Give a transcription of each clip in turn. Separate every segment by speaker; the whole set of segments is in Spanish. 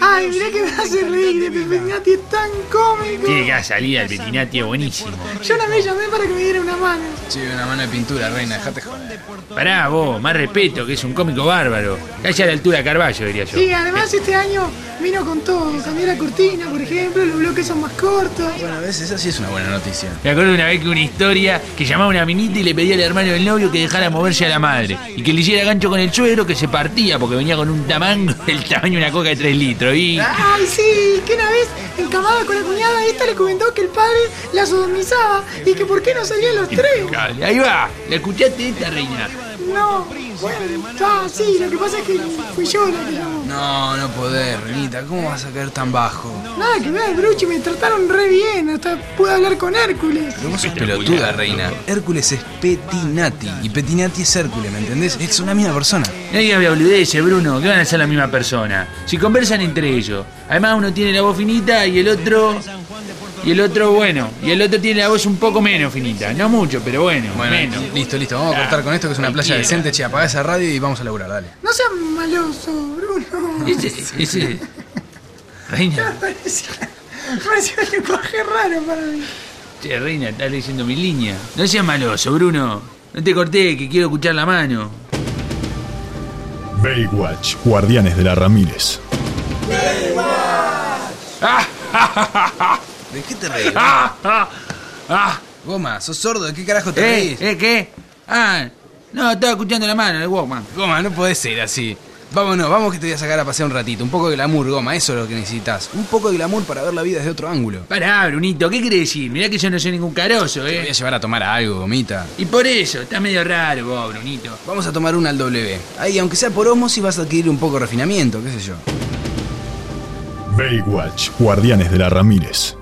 Speaker 1: Ay, mirá que me hace reír, el Petinati es tan cómico.
Speaker 2: Tiene que salir al Petinati, es buenísimo.
Speaker 1: Yo la me llamé para que me diera una mano.
Speaker 3: Sí, una mano de pintura, reina, dejate joder.
Speaker 2: Pará, vos, más respeto, que es un cómico bárbaro. Calla a la altura de Carballo, diría yo.
Speaker 1: Sí, además este año vino con todo. Cambió la cortina, por ejemplo, los bloques son más cortos.
Speaker 3: Bueno, ves, esa sí es una buena noticia.
Speaker 2: Me acuerdo una vez que una historia que llamaba a una minita y le pedía al hermano del novio que dejara moverse a la madre y que le hiciera gancho con el suegro que se partía porque venía con un tamango del tamaño de una coca de 3 litros y.
Speaker 1: Ay, sí, que una vez encamada con la cuñada esta le comentó que el padre la sodomizaba y que por qué no salían los tres.
Speaker 2: Impecable. Ahí va, la escuchaste esta reina.
Speaker 1: No, bueno, ah, sí, lo que pasa es que fui yo la que llamó.
Speaker 3: No, no podés, reinita, ¿cómo vas a caer tan bajo?
Speaker 1: Nada que ver, Bruchi, me trataron re bien, hasta pude hablar con Hércules.
Speaker 3: Pero vos sos pelotuda, reina. Hércules es Petinati y Petinati es Hércules, ¿me entendés? Es una misma persona.
Speaker 2: No digas boludeces, Bruno, que van a ser la misma persona. Si conversan entre ellos. Además uno tiene la voz finita y el otro. Y el otro, bueno. Y el otro tiene la voz un poco menos finita. No mucho, pero bueno.
Speaker 3: Bueno,
Speaker 2: menos.
Speaker 3: listo, listo, vamos a
Speaker 2: Ah,
Speaker 3: cortar con esto que es una playa
Speaker 2: cualquiera.
Speaker 3: decente, che, apagá esa radio y vamos a laburar, dale.
Speaker 1: No seas maloso, Bruno.
Speaker 2: Ese, ese. Reina,
Speaker 1: Parecía, parecía un lenguaje raro para mí.
Speaker 2: che, reina, estás leyendo mi línea. No seas maloso, Bruno. No te corté, que quiero escuchar la mano.
Speaker 4: Baywatch, Guardianes de la Ramírez.
Speaker 3: ¿De qué te reís?
Speaker 2: ¡Ah! ¡Ah! ¡Ah!
Speaker 3: Goma, sos sordo, ¿de qué carajo te
Speaker 2: ¿Eh?
Speaker 3: reís?
Speaker 2: ¿Eh? ¿Qué? Ah, no, estaba escuchando la mano el Walkman.
Speaker 3: Goma, no podés ser así. Vámonos, vamos que te voy a sacar a pasear un ratito. Un poco de glamour, Goma, eso es lo que necesitas. Un poco de glamour para ver la vida desde otro ángulo.
Speaker 2: Pará, Brunito, ¿qué querés decir? Mirá que yo no soy ningún carozo,
Speaker 3: Te voy a
Speaker 2: ¿eh?
Speaker 3: llevar a tomar algo, Gomita.
Speaker 2: Y por eso, está medio raro vos, Brunito.
Speaker 3: Vamos a tomar una al W. Ahí, aunque sea por osmosis, vas a adquirir un poco de refinamiento, qué sé yo.
Speaker 4: Baywatch, Guardianes de la Ramírez.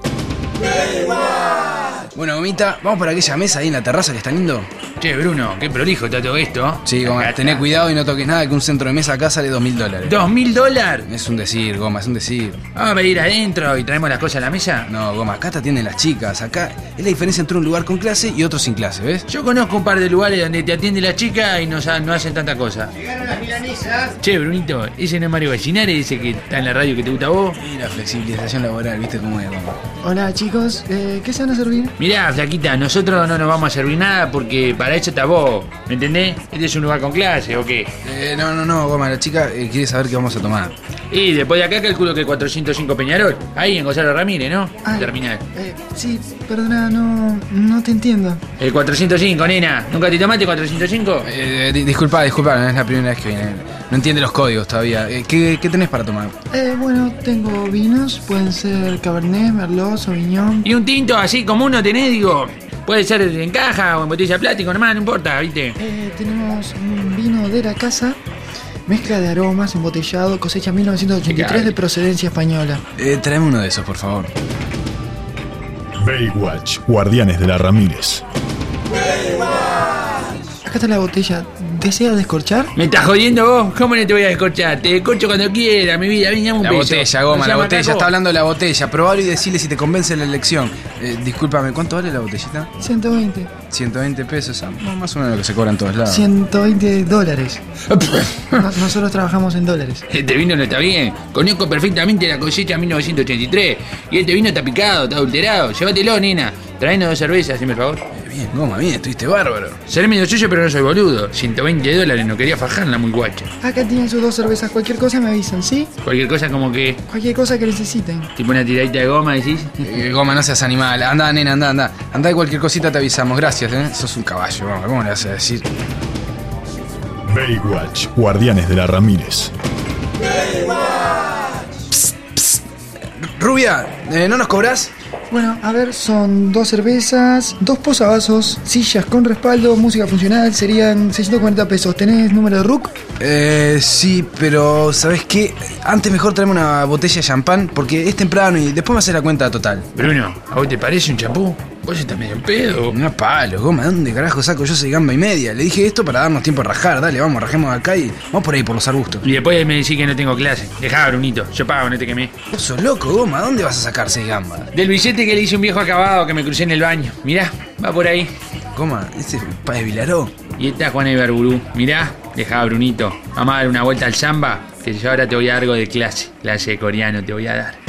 Speaker 3: Bueno, Gomita, vamos para aquella mesa ahí en la terraza que está lindo.
Speaker 2: Che, Bruno, qué prolijo está todo esto.
Speaker 3: Sí, Goma,
Speaker 2: Acá
Speaker 3: tené
Speaker 2: está.
Speaker 3: cuidado y no toques nada que un centro de mesa acá sale dos mil dólares.
Speaker 2: ¿Dos mil dólares?
Speaker 3: Es un decir, Goma, es un decir.
Speaker 2: ¿Vamos a pedir adentro y traemos las cosas a la mesa?
Speaker 3: No, Goma, acá te atienden las chicas. Acá es la diferencia entre un lugar con clase y otro sin clase, ¿ves?
Speaker 2: Yo conozco un par de lugares donde te atiende la chica y no, sa- no hacen tanta cosa.
Speaker 5: Llegaron las milanesas.
Speaker 2: Che, Brunito, ese no es Mario Gallinares, ese que está en la radio que te gusta a vos.
Speaker 3: Y la flexibilización laboral, ¿viste cómo es, Goma?
Speaker 1: Hola chicos, eh, ¿qué se van a servir?
Speaker 2: Mirá, flaquita, nosotros no nos vamos a servir nada porque para eso está vos, ¿me entendés? Este es un lugar con clase, ¿o qué?
Speaker 3: Eh, no, no, no, Goma, la chica eh, quiere saber qué vamos a tomar.
Speaker 2: Y después de acá calculo que 405 Peñarol, ahí en Gonzalo Ramírez, ¿no?
Speaker 1: Ah.
Speaker 2: Terminal.
Speaker 1: Eh, sí, perdona, no, no te entiendo.
Speaker 2: El 405, nena, ¿nunca te tomaste 405?
Speaker 3: Eh, di- disculpa, disculpa, no es la primera vez que viene. No entiende los códigos todavía. Eh, ¿qué, qué tenés para tomar?
Speaker 1: Eh, bueno, tengo vinos, pueden ser Cabernet, Merlot, Sauvignon.
Speaker 2: Y un tinto así como uno tenés, digo, puede ser en caja o en botella de plástico, nomás, no importa, ¿viste?
Speaker 1: Eh, tenemos un vino de la casa, mezcla de aromas, embotellado, cosecha 1983 de procedencia española.
Speaker 3: Eh, tráeme uno de esos, por favor.
Speaker 4: Baywatch, Guardianes de la Ramírez.
Speaker 1: Acá está la botella, ¿deseas descorchar?
Speaker 2: ¿Me estás jodiendo vos? ¿Cómo no te voy a descorchar? Te descorcho cuando quiera, mi vida, ven, dame un
Speaker 3: La
Speaker 2: beso.
Speaker 3: botella, Goma,
Speaker 2: No
Speaker 3: la
Speaker 2: seas
Speaker 3: botella.
Speaker 2: macaco.
Speaker 3: Está hablando de la botella. Probalo y decirle si te convence la elección. Eh, discúlpame, ¿cuánto vale la botellita?
Speaker 1: 120.
Speaker 3: 120 pesos, ah, no, más o menos lo que se cobra en todos lados.
Speaker 1: 120 dólares. No- Nosotros trabajamos en dólares.
Speaker 2: Este vino no está bien. Conozco perfectamente la cosecha 1983. Y este vino está picado, está adulterado. Llévatelo, nena. Traenos dos cervezas, hazme el favor.
Speaker 3: Eh, Bien, Goma, bien, estuviste bárbaro.
Speaker 2: Seré medio suyo, pero no soy boludo. 120 dólares, no quería fajarla muy guacha.
Speaker 1: Acá tienen sus dos cervezas, cualquier cosa me avisan, ¿sí?
Speaker 2: Cualquier cosa como que,
Speaker 1: Cualquier cosa que necesiten.
Speaker 2: tipo una tiradita de goma, decís.
Speaker 3: Eh, Goma, no seas animal. Anda, nena, anda, anda. Anda de cualquier cosita, te avisamos. Gracias, ¿eh? Sos un caballo, Goma. ¿Cómo le vas a decir?
Speaker 4: Baywatch, Guardianes de la Ramírez.
Speaker 3: Rubia, eh, ¿no nos cobrás?
Speaker 1: Bueno, a ver, son dos cervezas, dos posavasos, sillas con respaldo, música funcional, serían 640 pesos. ¿Tenés número de RUC?
Speaker 3: Eh, sí, pero ¿sabes qué? Antes mejor traerme una botella de champán porque es temprano y después me hace la cuenta total.
Speaker 2: Bruno, ¿a vos te parece un chapú? Vos estás medio en pedo.
Speaker 3: No palo, goma, ¿dónde carajo saco yo ese gamba y media? Le dije esto para darnos tiempo a rajar, dale, vamos, rajemos acá y vamos por ahí por los arbustos.
Speaker 2: Y después me decís que no tengo clase. Dejá, Brunito. Yo pago, no te quemé.
Speaker 3: Vos sos loco, goma, ¿dónde vas a sacar seis gambas?
Speaker 2: Del billete que le hice un viejo acabado que me crucé en el baño. Mirá, va por ahí.
Speaker 3: Goma, ese pa de Vilaró.
Speaker 2: Y esta es Juana Ibarburú. Mirá, dejá a Brunito. Vamos a dar una vuelta al samba Que yo ahora te voy a dar algo de clase. Clase de coreano te voy a dar.